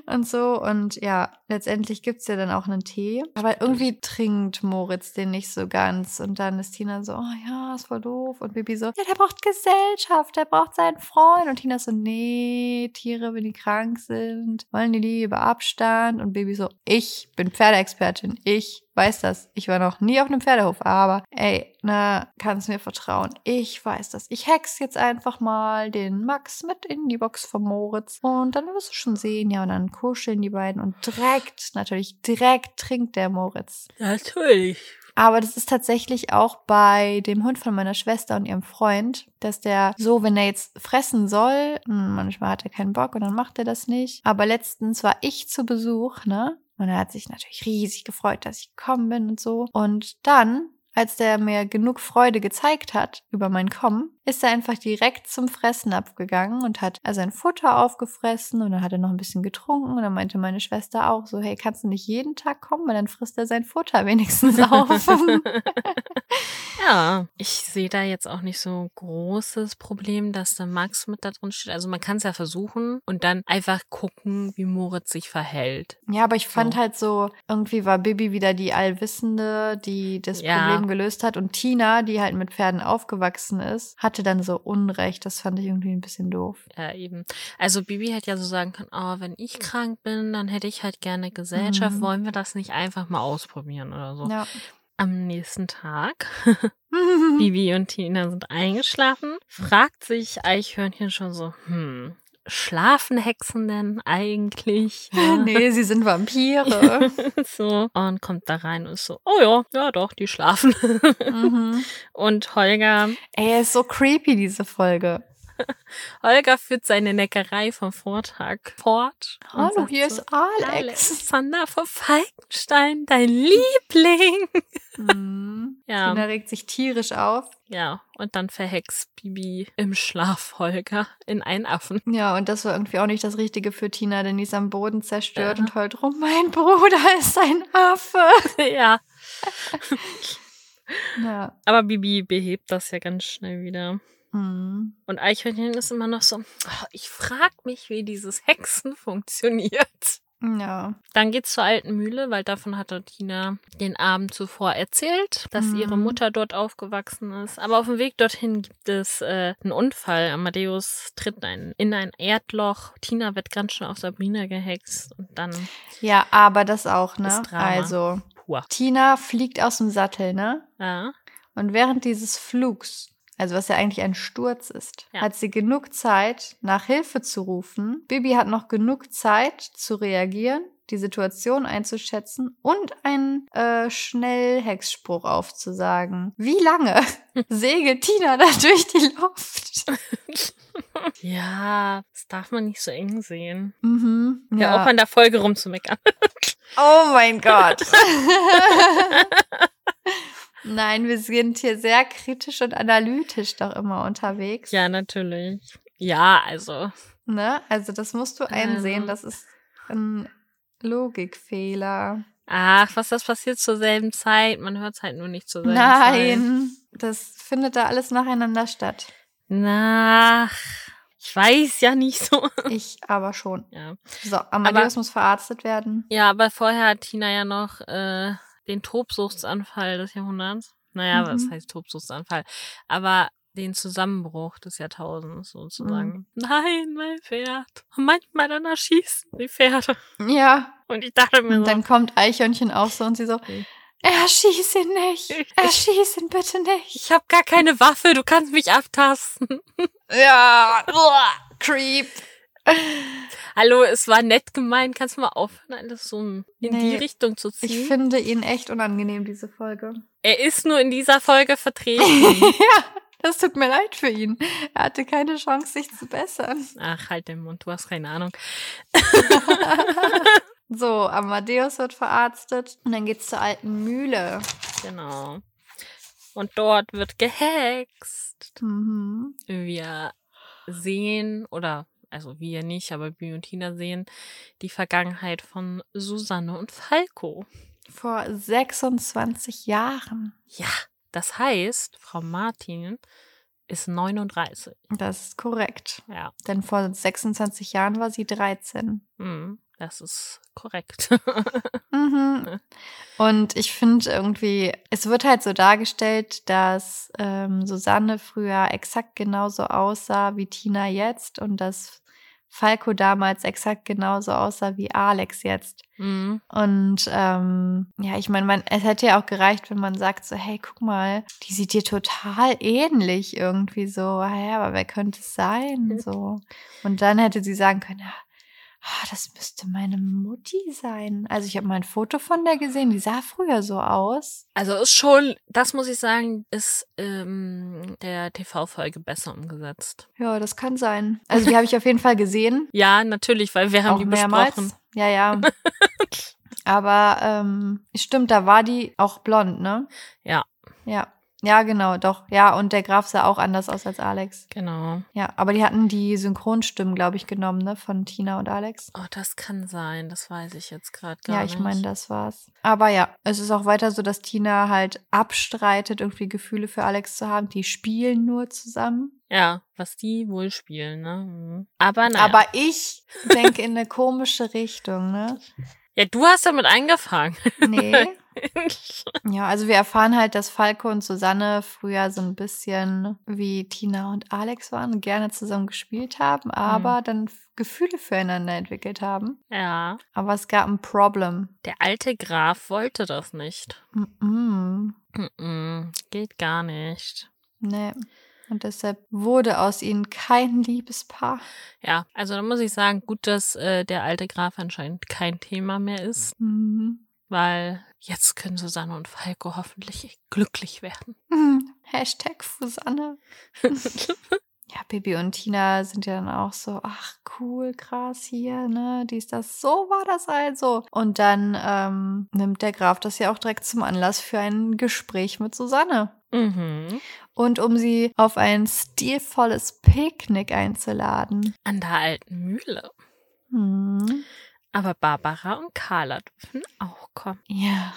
und so. Und ja, letztendlich gibt's ja dann auch einen Tee. Aber irgendwie trinkt Moritz den nicht so ganz. Und dann ist Tina so, oh ja, ist voll doof. Und Bibi so, ja, der braucht Gesellschaft, der braucht seinen Freund. Und Tina so, nee, Tiere, wenn die krank sind, wollen die Liebe, Abstand. Und Bibi so, ich bin Pferdeexpertin, ich weiß das. Ich war noch nie auf einem Pferdehof, aber ey, na, kannst mir vertrauen. Ich weiß das. Ich hex jetzt einfach mal den Max mit in die Box von Moritz und dann wirst du schon sehen, ja, und dann kuscheln die beiden und direkt, natürlich direkt trinkt der Moritz.
Natürlich.
Aber das ist tatsächlich auch bei dem Hund von meiner Schwester und ihrem Freund, dass der so, wenn er jetzt fressen soll, hm, manchmal hat er keinen Bock und dann macht er das nicht. Aber letztens war ich zu Besuch, ne? Und er hat sich natürlich riesig gefreut, dass ich gekommen bin und so. Und dann, als der mir genug Freude gezeigt hat über mein Kommen, ist er einfach direkt zum Fressen abgegangen und hat also ein Futter aufgefressen und dann hat er noch ein bisschen getrunken und dann meinte meine Schwester auch so, hey, kannst du nicht jeden Tag kommen, weil dann frisst er sein Futter wenigstens auf.
ja, ich sehe da jetzt auch nicht so großes Problem, dass da Max mit da drin steht. Also man kann es ja versuchen und dann einfach gucken, wie Moritz sich verhält.
ja, aber ich fand
So.
halt so, irgendwie war Bibi wieder die Allwissende, die das
Ja.
Problem gelöst hat und Tina, die halt mit Pferden aufgewachsen ist, hatte dann so Unrecht. Das fand ich irgendwie ein bisschen doof.
Ja, eben. Also Bibi hätte ja so sagen können, oh, wenn ich krank bin, dann hätte ich halt gerne Gesellschaft.
Mhm.
Wollen wir das nicht einfach mal ausprobieren oder so?
Ja.
Am nächsten Tag,
Mhm.
Bibi und Tina sind eingeschlafen, fragt sich Eichhörnchen schon so, hm, schlafen Hexen denn eigentlich? ne?
nee, sie sind Vampire.
so. Und kommt da rein und ist so, oh ja, ja doch, die schlafen.
mhm.
und Holger,
Ey, ist so creepy, diese Folge.
Holger führt seine Neckerei vom Vortag fort. und
Hallo, Ah,
sagt
hier
so,
ist Alex.
Alexander von Falkenstein, dein Liebling.
Mhm.
Ja.
Tina regt sich tierisch auf.
Ja, und dann verhext Bibi im Schlaf Holger in einen Affen.
Ja, und das war irgendwie auch nicht das Richtige für Tina, denn die ist am Boden zerstört
Ja.
und heult rum, mein Bruder ist ein Affe.
ja,
Ja.
aber Bibi behebt das ja ganz schnell wieder.
Mhm.
Und Eichhörnchen ist immer noch so, "Oh, ich frag mich, wie dieses Hexen funktioniert.
Ja.
Dann geht's zur alten Mühle, weil davon hatte Tina den Abend zuvor erzählt, dass
Mhm.
ihre Mutter dort aufgewachsen ist. Aber auf dem Weg dorthin gibt es äh, einen Unfall. Amadeus tritt ein, in ein Erdloch. Tina wird ganz schön auf Sabrina gehext und dann
Ja, aber das auch, ne?
Ist Drama.
also,
pur.
Tina fliegt aus dem Sattel, ne?
Ja,
Und während dieses Flugs, also was ja eigentlich ein Sturz ist,
Ja.
hat sie genug Zeit, nach Hilfe zu rufen. Bibi hat noch genug Zeit zu reagieren, die Situation einzuschätzen und einen äh, Schnellhexspruch aufzusagen. Wie lange segelt Tina da durch die Luft?
ja das darf man nicht so eng sehen.
Mhm.
Ja, auch an der Folge rumzumeckern.
Oh mein Gott. Nein, wir sind hier sehr kritisch und analytisch doch immer unterwegs.
ja, natürlich. Ja, also
Ne? Also das musst du einsehen,
Ähm.
das ist ein Logikfehler.
Ach, was das passiert zur selben Zeit. Man hört es halt nur nicht zur selben Zeit.
Nein, das findet da alles nacheinander statt.
Na, ich weiß ja nicht so.
Ich aber schon.
Ja,
So, Amadeus muss verarztet werden.
ja aber vorher hat Tina ja noch äh, den Tobsuchtsanfall des Jahrhunderts. Naja, was
Mhm.
heißt Tobsuchtsanfall? Aber den Zusammenbruch des Jahrtausends
Mhm.
sozusagen. Nein, mein Pferd. Und manchmal dann erschießen die Pferde.
Ja,
Und ich dachte mir
und
so,
dann kommt Eichhörnchen auch so und sie so,
Okay.
erschieß ihn nicht, erschieß ihn bitte nicht.
ich habe gar keine Waffe, du kannst mich abtasten.
Ja, uah, creep.
Hallo, es war nett gemeint. Kannst du mal aufhören, alles so in
Nee,
die Richtung zu ziehen?
Ich finde ihn echt unangenehm, diese Folge.
Er ist nur in dieser Folge vertreten.
ja, das tut mir leid für ihn. Er hatte keine Chance, sich zu bessern.
Ach, halt den Mund, du hast keine Ahnung.
So, Amadeus wird verarztet und dann geht's zur alten Mühle.
Genau. Und dort wird gehext.
Mhm.
Wir sehen, oder, also wir nicht, aber Bibi und Tina sehen die Vergangenheit von Susanne und Falco.
Vor 26 Jahren.
Ja, das heißt, Frau Martin ist 39.
Das ist korrekt.
Ja,
Denn vor 26 Jahren war sie 13.
hm, das ist korrekt.
Mhm. Und ich finde irgendwie, es wird halt so dargestellt, dass ähm, Susanne früher exakt genauso aussah wie Tina jetzt und dass Falco damals exakt genauso aussah wie Alex jetzt. Mhm.
hm,
Und ähm, ja, ich meine, man, es hätte ja auch gereicht, wenn man sagt so, hey, guck mal, die sieht dir total ähnlich irgendwie so. Ah Ja, aber wer könnte es sein? So. Und dann hätte sie sagen können, ja, ah, das müsste meine Mutti sein. Also ich habe mal ein Foto von der gesehen, die sah früher so aus.
Also ist schon, das muss ich sagen, ist ähm, der TV-Folge besser umgesetzt.
Ja, das kann sein. Also die habe ich auf jeden Fall gesehen.
Ja, natürlich, weil wir haben die besprochen.
Ja, ja. Aber ähm, stimmt, da war die auch blond, ne?
Ja.
Ja. Ja, genau, doch. Ja, und der Graf sah auch anders aus als Alex.
Genau.
Ja, aber die hatten die Synchronstimmen, glaube ich, genommen, ne? Von Tina und Alex.
Oh, das kann sein. Das weiß ich jetzt gerade gar
Ja,
nicht.
ich meine, das war's. Aber ja, es ist auch weiter so, dass Tina halt abstreitet, irgendwie Gefühle für Alex zu haben. Die spielen nur zusammen.
Ja, was die wohl spielen, ne? Mhm. Aber naja.
Aber ich denke in eine komische Richtung, ne?
ja, du hast damit angefangen.
Nee. Ja, also wir erfahren halt, dass Falco und Susanne früher so ein bisschen wie Tina und Alex waren, gerne zusammen gespielt haben, aber dann F- Gefühle füreinander entwickelt haben.
ja.
Aber es gab ein Problem.
Der alte Graf wollte das nicht.
Mm-mm.
Mhm. Geht gar nicht.
Nee. Und deshalb wurde aus ihnen kein Liebespaar.
Ja, also da muss ich sagen, gut, dass äh, der alte Graf anscheinend kein Thema mehr ist,
Mhm.
weil jetzt können Susanne und Falco hoffentlich glücklich werden.
Mhm. Hashtag Susanne. Ja, Bibi und Tina sind ja dann auch so, ach cool, krass hier, ne, dies, das, so war das also. Und dann ähm, nimmt der Graf das ja auch direkt zum Anlass für ein Gespräch mit Susanne.
mhm.
Und um sie auf ein stilvolles Picknick einzuladen.
An der alten Mühle.
Hm.
Aber Barbara und Carla dürfen auch kommen.
Ja.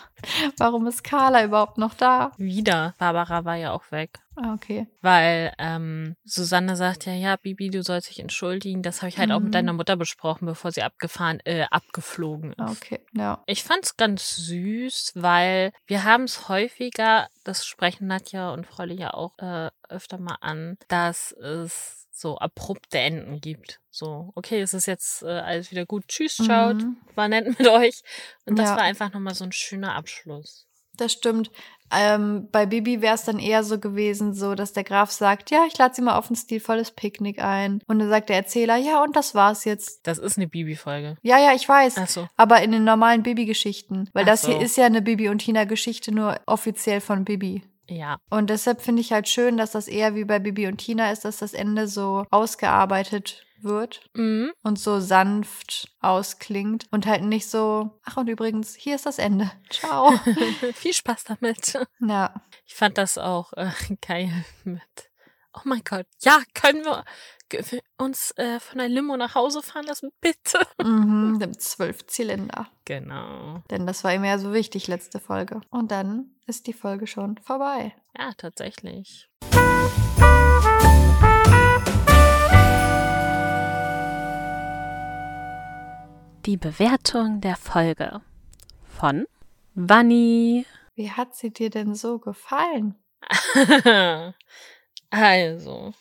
Warum ist Carla überhaupt noch da?
Wieder. Barbara war ja auch weg.
Ah, Okay.
Weil ähm, Susanne sagt ja, ja, Bibi, du sollst dich entschuldigen. Das habe ich halt auch
Mhm.
mit deiner Mutter besprochen, bevor sie abgefahren, äh, abgeflogen ist.
ah, Okay. Ja.
Ich fand's ganz süß, weil wir haben es häufiger, das sprechen Nadja und Fräule ja auch äh, öfter mal an, dass es so abrupte Enden gibt. So, okay, es ist jetzt äh, alles wieder gut. Tschüss, ciao,
Mhm.
war nett mit euch. Und das
Ja.
war einfach nochmal so ein schöner Abschluss.
Das stimmt. Ähm, bei Bibi wäre es dann eher so gewesen, so dass der Graf sagt, ja, ich lade sie mal auf ein stilvolles Picknick ein. Und dann sagt der Erzähler, ja, und das war's jetzt.
Das ist eine Bibi-Folge.
Ja, ja, ich weiß.
Achso.
Aber in den normalen Bibi-Geschichten. Weil
Ach
das
so.
hier ist ja eine Bibi und Tina-Geschichte, nur offiziell von Bibi.
Ja,
Und deshalb finde ich halt schön, dass das eher wie bei Bibi und Tina ist, dass das Ende so ausgearbeitet wird
Mhm.
und so sanft ausklingt und halt nicht so, ach und übrigens, hier ist das Ende. Ciao.
Viel Spaß damit.
Na,
Ich fand das auch äh, geil mit. Oh mein Gott, ja, können wir können wir uns äh, von der Limo nach Hause fahren lassen, bitte?
mhm, dem Zwölfzylinder.
Genau.
Denn das war ihm ja so wichtig, letzte Folge. Und dann ist die Folge schon vorbei.
Ja, tatsächlich. Die Bewertung der Folge von Vanni.
Wie hat sie dir denn so gefallen?
also,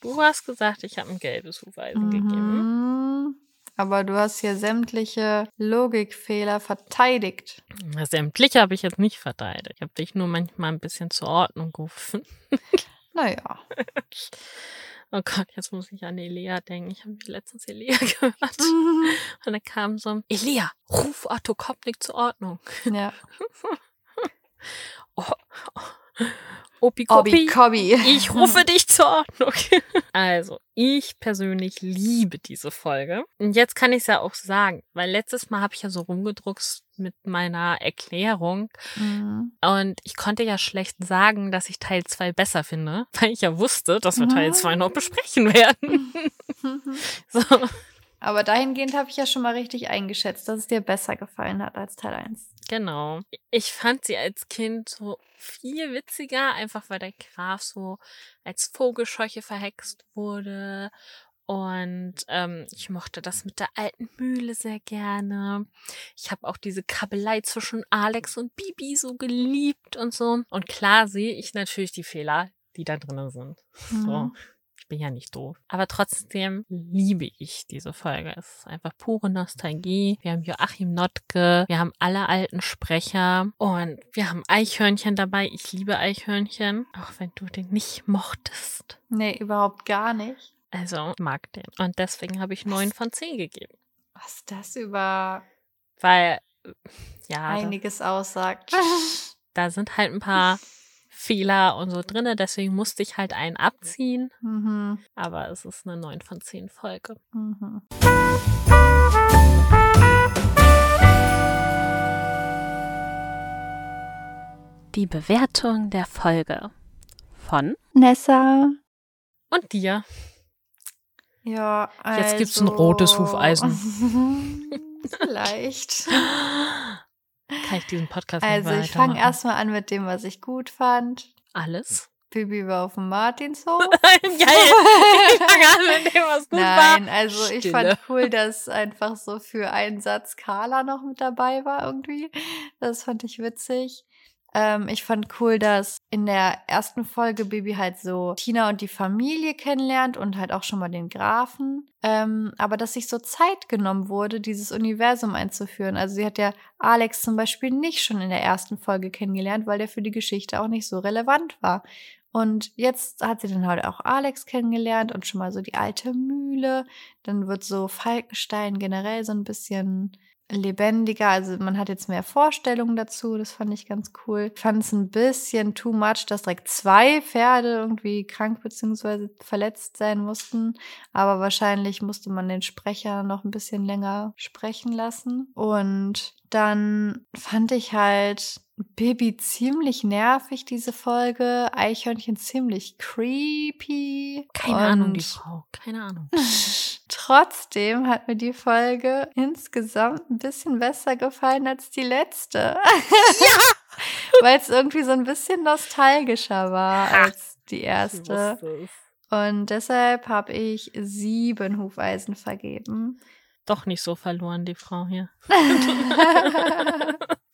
du hast gesagt, ich habe ein gelbes Hufeisen Äh, gegeben.
Mhm. Aber du hast hier sämtliche Logikfehler verteidigt.
Das Sämtliche habe ich jetzt nicht verteidigt. Ich habe dich nur manchmal ein bisschen zur Ordnung gerufen.
Naja,
Oh Gott, jetzt muss ich an Elea denken. Ich habe mich letztens Elea gehört. Und da kam so ein Elea, ruf Otto Kopnik zur Ordnung.
ja.
Oh, oh. Opi
Obi
Kopi,
Kobi.
ich rufe dich zur Ordnung. Also, ich persönlich liebe diese Folge. Und jetzt kann ich es ja auch sagen, weil letztes Mal habe ich ja so rumgedruckst mit meiner Erklärung,
Mhm.
Und ich konnte ja schlecht sagen, dass ich Teil 2 besser finde, weil ich ja wusste, dass wir Teil 2 noch besprechen werden. So.
Aber dahingehend habe ich ja schon mal richtig eingeschätzt, dass es dir besser gefallen hat als Teil 1.
Genau. Ich fand sie als Kind so viel witziger, einfach weil der Graf so als Vogelscheuche verhext wurde. Und ähm, ich mochte das mit der alten Mühle sehr gerne. Ich habe auch diese Kabelei zwischen Alex und Bibi so geliebt und so. Und klar sehe ich natürlich die Fehler, die da drinnen sind. So.
Mhm.
Ich bin ja nicht doof. Aber trotzdem liebe ich diese Folge. Es ist einfach pure Nostalgie. Wir haben Joachim Notke, wir haben alle alten Sprecher und wir haben Eichhörnchen dabei. Ich liebe Eichhörnchen, auch wenn du den nicht mochtest.
Nee, überhaupt gar nicht.
Also ich mag den. Und deswegen habe ich neun von zehn gegeben.
Was das über
Weil, äh, ja, da,
einiges aussagt.
da sind halt ein paar Fehler und so drinne. Deswegen musste ich halt einen abziehen.
mhm.
Aber es ist eine neun von zehn Folge.
Mhm.
Die Bewertung der Folge
von
Nessa.
Und dir.
Ja, also.
Jetzt gibt's ein rotes Hufeisen.
Vielleicht.
Kann ich diesen Podcast
Also
nicht
ich fange
weitermachen?
erstmal an mit dem, was ich gut fand.
Alles?
Bibi war auf dem Martinshof.
Geil. Ich fange an mit dem, was gut war.
Nein, also ich fand
Stille.
cool, dass einfach so für einen Satz Carla noch mit dabei war irgendwie. Das fand ich witzig. Ähm, ich fand cool, dass in der ersten Folge Bibi halt so Tina und die Familie kennenlernt und halt auch schon mal den Grafen. Ähm, aber dass sich so Zeit genommen wurde, dieses Universum einzuführen. Also sie hat ja Alex zum Beispiel nicht schon in der ersten Folge kennengelernt, weil der für die Geschichte auch nicht so relevant war. Und jetzt hat sie dann halt auch Alex kennengelernt und schon mal so die alte Mühle. Dann wird so Falkenstein generell so ein bisschen lebendiger. Also man hat jetzt mehr Vorstellungen dazu. Das fand ich ganz cool. Ich fand es ein bisschen too much, dass direkt zwei Pferde irgendwie krank bzw. verletzt sein mussten. Aber wahrscheinlich musste man den Sprecher noch ein bisschen länger sprechen lassen. Und dann fand ich halt Baby ziemlich nervig, diese Folge. Eichhörnchen ziemlich creepy.
Keine
Und
Ahnung, die Frau. Keine Ahnung.
Trotzdem hat mir die Folge insgesamt ein bisschen besser gefallen als die letzte. Weil es irgendwie so ein bisschen nostalgischer war
Ha.
als die erste. Und deshalb habe ich sieben Hufeisen vergeben.
Doch nicht so verloren, die Frau hier.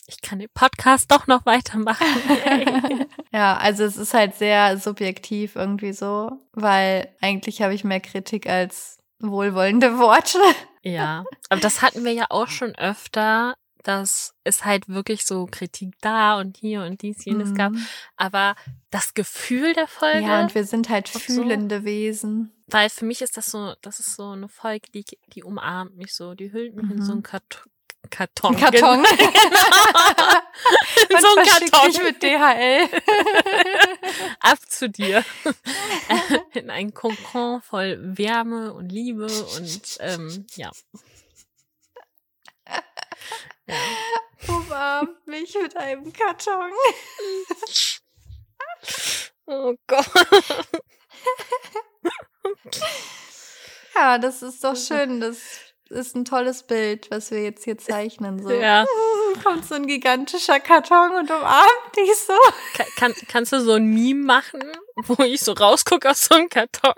Ich kann den Podcast doch noch weitermachen. Yay.
ja, also es ist halt sehr subjektiv irgendwie so, weil eigentlich habe ich mehr Kritik als wohlwollende Worte.
Ja, aber das hatten wir ja auch schon öfter, dass es halt wirklich so Kritik da und hier und dies, jenes gab.
Mhm.
Aber das Gefühl der Folge,
Ja, und wir sind halt
Und so.
fühlende Wesen.
weil für mich ist das so, das ist so eine Folge, die, die umarmt mich so, die hüllt mich in so einen Kart Karton.
Mhm. Karton.
genau. in
Und
so einen
verschickt dich
Karton.
mit DHL.
Ab zu dir. in einen Kokon voll Wärme und Liebe und ähm, ja. ja.
Umarmt mich mit einem Karton.
Oh Gott.
Ja, das ist doch schön. Das ist ein tolles Bild, was wir jetzt hier zeichnen. So.
Ja.
Kommt so ein gigantischer Karton und umarmt dich so.
Ka- Kann, kannst du so ein Meme machen, wo ich so rausgucke aus so einem Karton?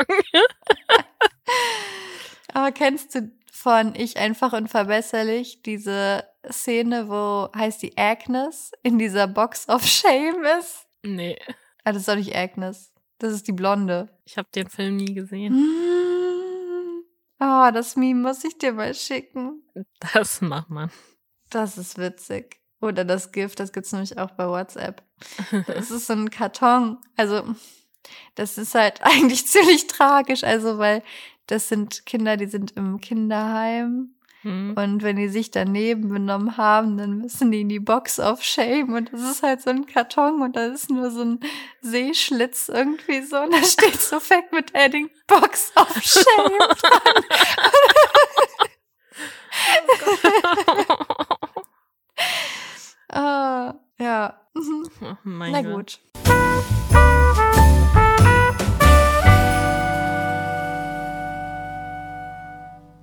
Aber kennst du von Ich einfach unverbesserlich diese Szene, wo heißt die Agnes in dieser Box of Shame ist?
Nee,
Ah, das ist doch nicht Agnes. Das ist die Blonde.
ich habe den Film nie gesehen.
Mm. Ah, das Meme muss ich dir mal schicken.
Das macht man.
Das ist witzig. Oder das Gift, das gibt's nämlich auch bei WhatsApp. Das ist so ein Karton. Also, das ist halt eigentlich ziemlich tragisch. Also, weil das sind Kinder, die sind im Kinderheim.
Hm.
Und wenn die sich daneben benommen haben, dann müssen die in die Box of Shame. Und das ist halt so ein Karton und da ist nur so ein Seeschlitz irgendwie so. Und da steht so fett mit Adding Box of Shame. Ah, ja. Mhm.
Oh mein
Na
Gott.
gut.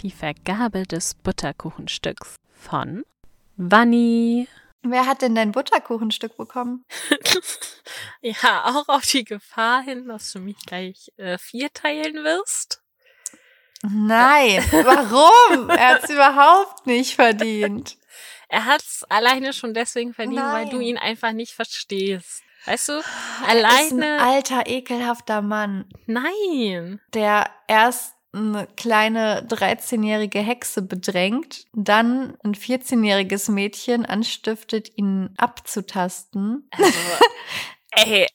Die Vergabe des Butterkuchenstücks von Vanni.
Wer hat denn dein Butterkuchenstück bekommen?
ja, auch auf die Gefahr hin, dass du mich gleich äh, vierteilen wirst.
Nein, warum? er hat es überhaupt nicht verdient.
Er hat es alleine schon deswegen verdient, weil du
Nein.
ihn einfach nicht verstehst. Weißt
Ah,
du?
Er Ist ein
Alleine.
alter, ekelhafter Mann,
Nein.
der erst eine kleine 13-jährige Hexe bedrängt, dann ein 14-jähriges Mädchen anstiftet, ihn abzutasten.
Also, ey.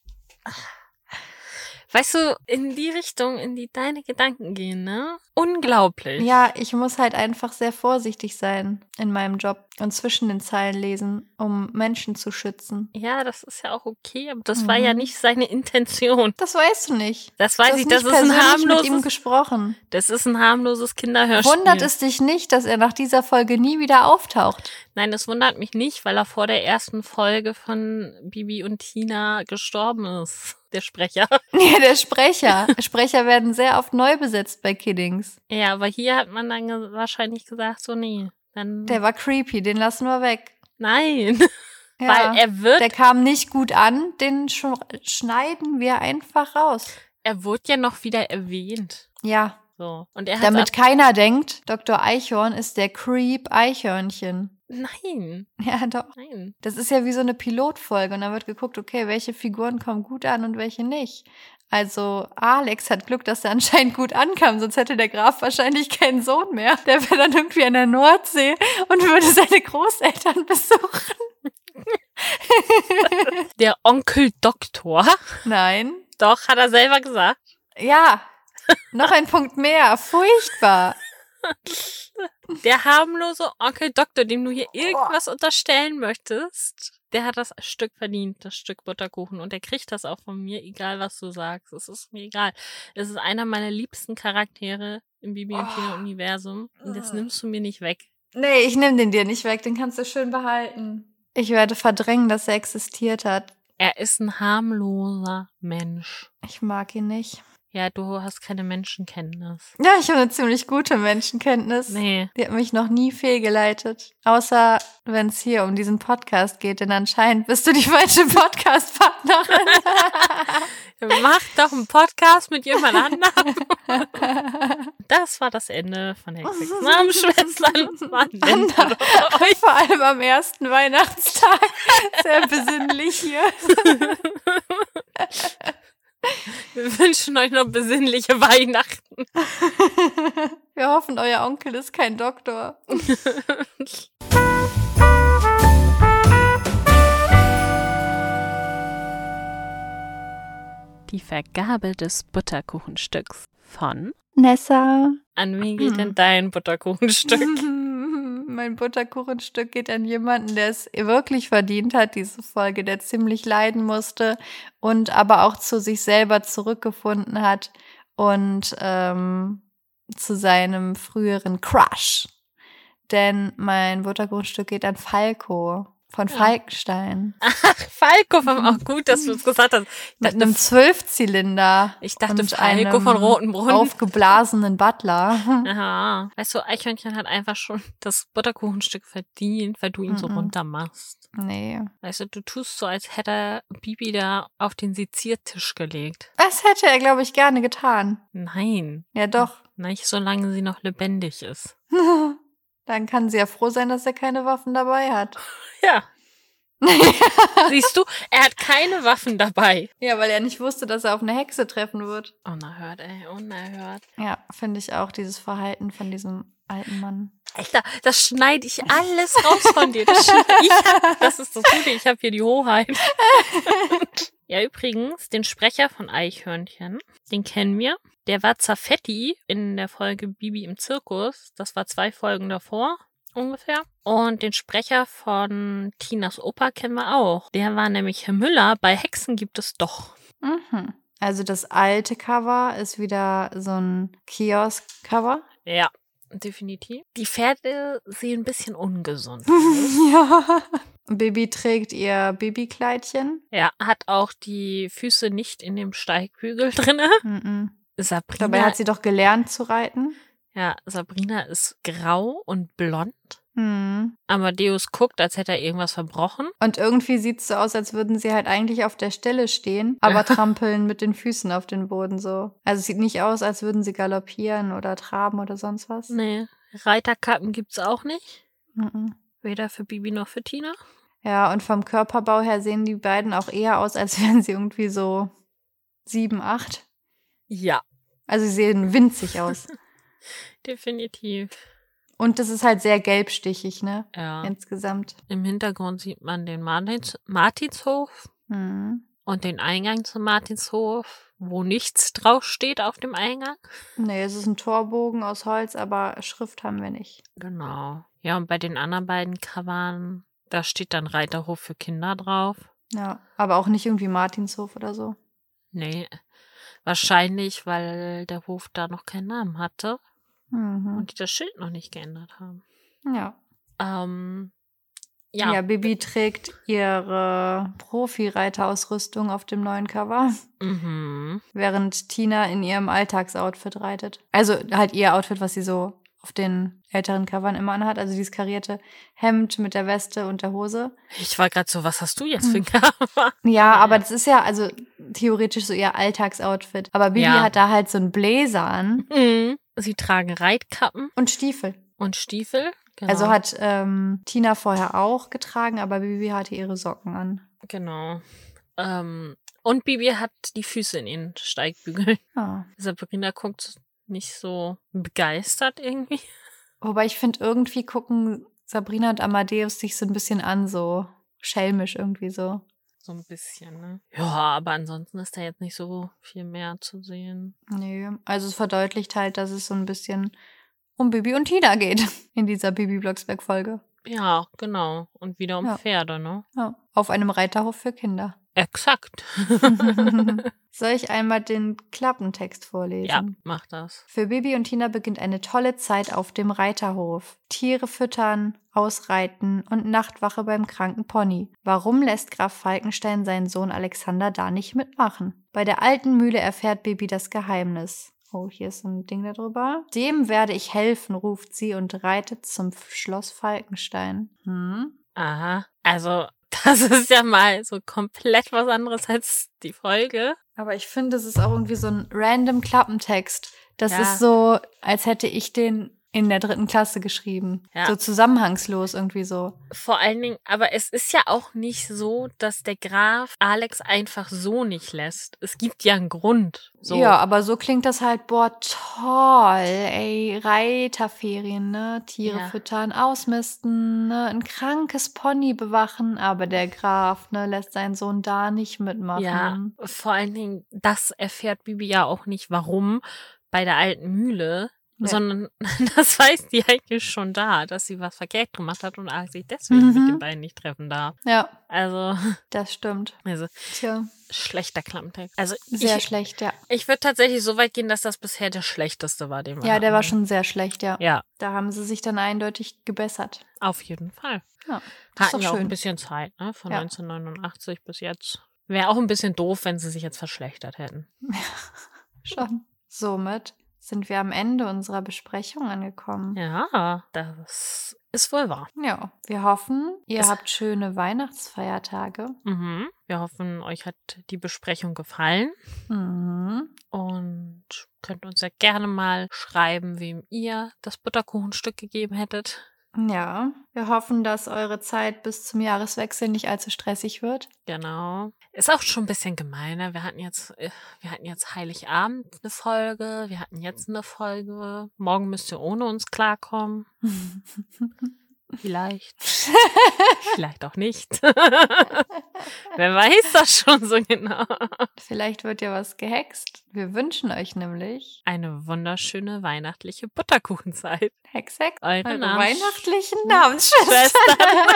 Weißt du, in die Richtung, in die deine Gedanken gehen, ne? Unglaublich.
Ja, ich muss halt einfach sehr vorsichtig sein in meinem Job. Und zwischen den Zeilen lesen, um Menschen zu schützen.
Ja, das ist ja auch okay, aber das war
Mhm.
ja nicht seine Intention.
Das weißt du nicht.
Das weiß
du
ich,
hast
das
nicht
ist ein
persönlich mit ihm
harmloses,
gesprochen.
das ist ein harmloses Kinderhörspiel.
Wundert es dich nicht, dass er nach dieser Folge nie wieder auftaucht?
Nein, es wundert mich nicht, weil er vor der ersten Folge von Bibi und Tina gestorben ist. Der Sprecher.
Nee, der Sprecher. Sprecher werden sehr oft neu besetzt bei Kiddings.
Ja, aber hier hat man dann ge wahrscheinlich gesagt, so nee. Dann
Der war creepy, den lassen wir weg.
nein,
Ja.
weil er wird,
der kam nicht gut an, den sch schneiden wir einfach raus.
er wird ja noch wieder erwähnt.
Ja,
So. Und er hat
damit keiner denkt, Dr. Eichhorn ist der Creep Eichhörnchen.
nein,
Ja, doch.
nein.
Das ist ja wie so eine Pilotfolge und dann wird geguckt, okay, welche Figuren kommen gut an und welche nicht. Also Alex hat Glück, dass er anscheinend gut ankam, sonst hätte der Graf wahrscheinlich keinen Sohn mehr. Der wäre dann irgendwie an der Nordsee und würde seine Großeltern besuchen.
Der Onkel Doktor,
Nein.
doch hat er selber gesagt.
Ja. Noch ein Punkt mehr. Furchtbar.
Der harmlose Onkel Doktor, dem du hier irgendwas unterstellen möchtest, der hat das Stück verdient, das Stück Butterkuchen. Und der kriegt das auch von mir, egal was du sagst. Es ist mir egal. Es ist einer meiner liebsten Charaktere im Bibi und
Oh.
Tina Universum. Und das nimmst du mir nicht weg.
Nee, ich nehme den dir nicht weg. Den kannst du schön behalten. Ich werde verdrängen, dass er existiert hat.
Er ist ein harmloser Mensch.
Ich mag ihn nicht.
Ja, du hast keine Menschenkenntnis.
Ja, ich habe eine ziemlich gute Menschenkenntnis.
Nee.
Die hat mich noch nie fehlgeleitet. Außer wenn es hier um diesen Podcast geht, denn anscheinend bist du die falsche Podcast-Partnerin.
Mach doch einen Podcast mit jemand anderem. Das war das Ende von der Namensschwestern und Mann.
Vor allem am ersten Weihnachtstag. Sehr besinnlich hier.
Wir wünschen euch noch besinnliche Weihnachten.
Wir hoffen, euer Onkel ist kein Doktor.
Die Vergabe des Butterkuchenstücks Mhm. von
Nessa.
An wen geht denn dein Butterkuchenstück?
Mein Butterkuchenstück geht an jemanden, der es wirklich verdient hat, diese Folge, der ziemlich leiden musste und aber auch zu sich selber zurückgefunden hat und ähm, zu seinem früheren Crush. Denn mein Butterkuchenstück geht an Falco von
Ja.
Falkenstein.
Falco vom, auch gut, dass du es gesagt hast. Ich
Mit
dachte,
einem Zwölfzylinder.
ich dachte
und
Falco von
einem
Rotenbrunnen.
Aufgeblasenen Butler.
Aha. Weißt du, Eichhörnchen hat einfach schon das Butterkuchenstück verdient, weil du ihn so
Mhm.
runter machst.
nee.
Weißt du, du tust so, als hätte er Bibi da auf den Seziertisch gelegt.
Das hätte er, glaube ich, gerne getan.
Nein.
Ja, doch.
Nicht solange sie noch lebendig ist.
Dann kann sie ja froh sein, dass er keine Waffen dabei hat.
Ja. Siehst du, er hat keine Waffen dabei.
ja, weil er nicht wusste, dass er auf eine Hexe treffen wird.
Unerhört, ey, unerhört.
Ja, finde ich auch, dieses Verhalten von diesem alten Mann.
Alter, das schneide ich alles raus von dir. Das, schneid- ich hab, das ist das Gute, ich habe hier die Hoheit. ja, übrigens, den Sprecher von Eichhörnchen, den kennen wir. Der war Zaffetti in der Folge Bibi im Zirkus. Das war zwei Folgen davor ungefähr. Und den Sprecher von Tinas Opa kennen wir auch. Der war nämlich Herr Müller. Bei Hexen gibt es doch.
Mhm. Also das alte Cover ist wieder so ein Kiosk-Cover.
Ja, definitiv. Die Pferde sehen ein bisschen ungesund.
Mhm. ja. Bibi trägt ihr Babykleidchen.
Ja, hat auch die Füße nicht in dem Steigbügel drinne.
Mhm.
Sabrina,
Dabei hat sie doch gelernt zu reiten.
ja, Sabrina ist grau und blond.
Mhm.
Amadeus guckt, als hätte er irgendwas verbrochen.
Und irgendwie sieht es so aus, als würden sie halt eigentlich auf der Stelle stehen, aber trampeln mit den Füßen auf den Boden so. Also es sieht nicht aus, als würden sie galoppieren oder traben oder sonst was.
Nee, Reiterkappen gibt's auch nicht.
Mhm.
Weder für Bibi noch für Tina.
Ja, und vom Körperbau her sehen die beiden auch eher aus, als wären sie irgendwie so sieben, acht.
Ja,
Also sie sehen winzig aus.
definitiv.
Und das ist halt sehr gelbstichig, ne?
Ja.
Insgesamt.
Im Hintergrund sieht man den Martins Martinshof
Mhm.
und den Eingang zum Martinshof, wo nichts draufsteht auf dem Eingang.
Nee, es ist ein Torbogen aus Holz, aber Schrift haben wir nicht.
Genau. Ja, und bei den anderen beiden Karawanen, da steht dann Reiterhof für Kinder drauf.
Ja, aber auch nicht irgendwie Martinshof oder so.
Nee, wahrscheinlich, weil der Hof da noch keinen Namen hatte
Mhm.
und die das Schild noch nicht geändert haben.
Ja.
Ähm,
ja.
ja,
Bibi trägt ihre Profi-Reiterausrüstung auf dem neuen Cover,
Mhm.
während Tina in ihrem Alltagsoutfit reitet. Also halt ihr Outfit, was sie so auf den älteren Covern immer anhat. Also dieses karierte Hemd mit der Weste und der Hose.
Ich war gerade so, was hast du jetzt für ein Cover?
Ja,
Ja.
aber das ist ja also theoretisch so ihr Alltagsoutfit. Aber Bibi
Ja.
hat da halt so einen Bläser an
Mhm. Sie tragen Reitkappen
und Stiefel.
und Stiefel. Genau.
Also hat ähm, Tina vorher auch getragen, aber Bibi hatte ihre Socken an.
Genau. Ähm, und Bibi hat die Füße in den Steigbügeln. Also
Ja.
Sabrina guckt nicht so begeistert irgendwie.
Wobei ich finde, irgendwie gucken Sabrina und Amadeus sich so ein bisschen an, so schelmisch irgendwie so.
So ein bisschen, ne? Ja, aber ansonsten ist da jetzt nicht so viel mehr zu sehen.
Nö, also es verdeutlicht halt, dass es so ein bisschen um Bibi und Tina geht in dieser Bibi Blocksberg-Folge.
Ja, genau. Und wieder um
Ja.
Pferde, ne?
Ja. Auf einem Reiterhof für Kinder.
Exakt.
Soll ich einmal den Klappentext vorlesen?
ja, mach das.
Für Bibi und Tina beginnt eine tolle Zeit auf dem Reiterhof. Tiere füttern, ausreiten und Nachtwache beim kranken Pony. Warum lässt Graf Falkenstein seinen Sohn Alexander da nicht mitmachen? Bei der alten Mühle erfährt Bibi das Geheimnis. Oh, hier ist so ein Ding darüber. Dem werde ich helfen, ruft sie und reitet zum F- Schloss Falkenstein. Hm?
Aha. Also, das ist ja mal so komplett was anderes als die Folge.
Aber ich finde, es ist auch irgendwie so ein random Klappentext. Das
Ja.
ist so, als hätte ich den in der dritten Klasse geschrieben.
Ja.
So zusammenhangslos irgendwie so.
Vor allen Dingen, aber es ist ja auch nicht so, dass der Graf Alex einfach so nicht lässt. Es gibt ja einen Grund. So.
Ja, aber so klingt das halt, boah, toll, ey, Reiterferien, ne? Tiere
Ja.
füttern, ausmisten, ne? Ein krankes Pony bewachen, aber der Graf, ne, lässt seinen Sohn da nicht mitmachen.
Ja, vor allen Dingen, das erfährt Bibi ja auch nicht, warum bei der alten Mühle,
Nee.
sondern das weiß die eigentlich schon da, dass sie was verkehrt gemacht hat und Alex sich deswegen
Mhm.
mit den beiden nicht treffen darf.
Ja,
Also,
das stimmt.
also
Tja,
schlechter Klappentext. Also
sehr
ich,
schlecht, ja.
ich würde tatsächlich so weit gehen, dass das bisher der schlechteste war, den wir
Ja, der war
hatten.
schon sehr schlecht, ja.
Ja,
Da haben sie sich dann eindeutig gebessert.
auf jeden Fall.
Ja, das ist doch
Hatten ja auch ein
schön.
bisschen Zeit, ne? Von
Ja.
1989 bis jetzt. Wäre auch ein bisschen doof, wenn sie sich jetzt verschlechtert hätten.
Schon. Somit sind wir am Ende unserer Besprechung angekommen.
Ja, das ist wohl wahr.
Ja, wir hoffen, ihr
Es-
habt schöne Weihnachtsfeiertage.
Mhm. Wir hoffen, euch hat die Besprechung gefallen
Mhm.
und könnt uns ja gerne mal schreiben, wem ihr das Butterkuchenstück gegeben hättet.
Ja, wir hoffen, dass eure Zeit bis zum Jahreswechsel nicht allzu stressig wird.
Genau. Ist auch schon ein bisschen gemeiner. Wir hatten jetzt, äh, wir hatten jetzt Heiligabend eine Folge, wir hatten jetzt eine Folge. Morgen müsst ihr ohne uns klarkommen. Vielleicht. Vielleicht auch nicht. Wer weiß das schon so genau.
Vielleicht wird ja was gehext. Wir wünschen euch nämlich
Eine wunderschöne weihnachtliche Butterkuchenzeit.
Hex, Hex,
Eure
eure
Namens-
weihnachtlichen Namensschwestern.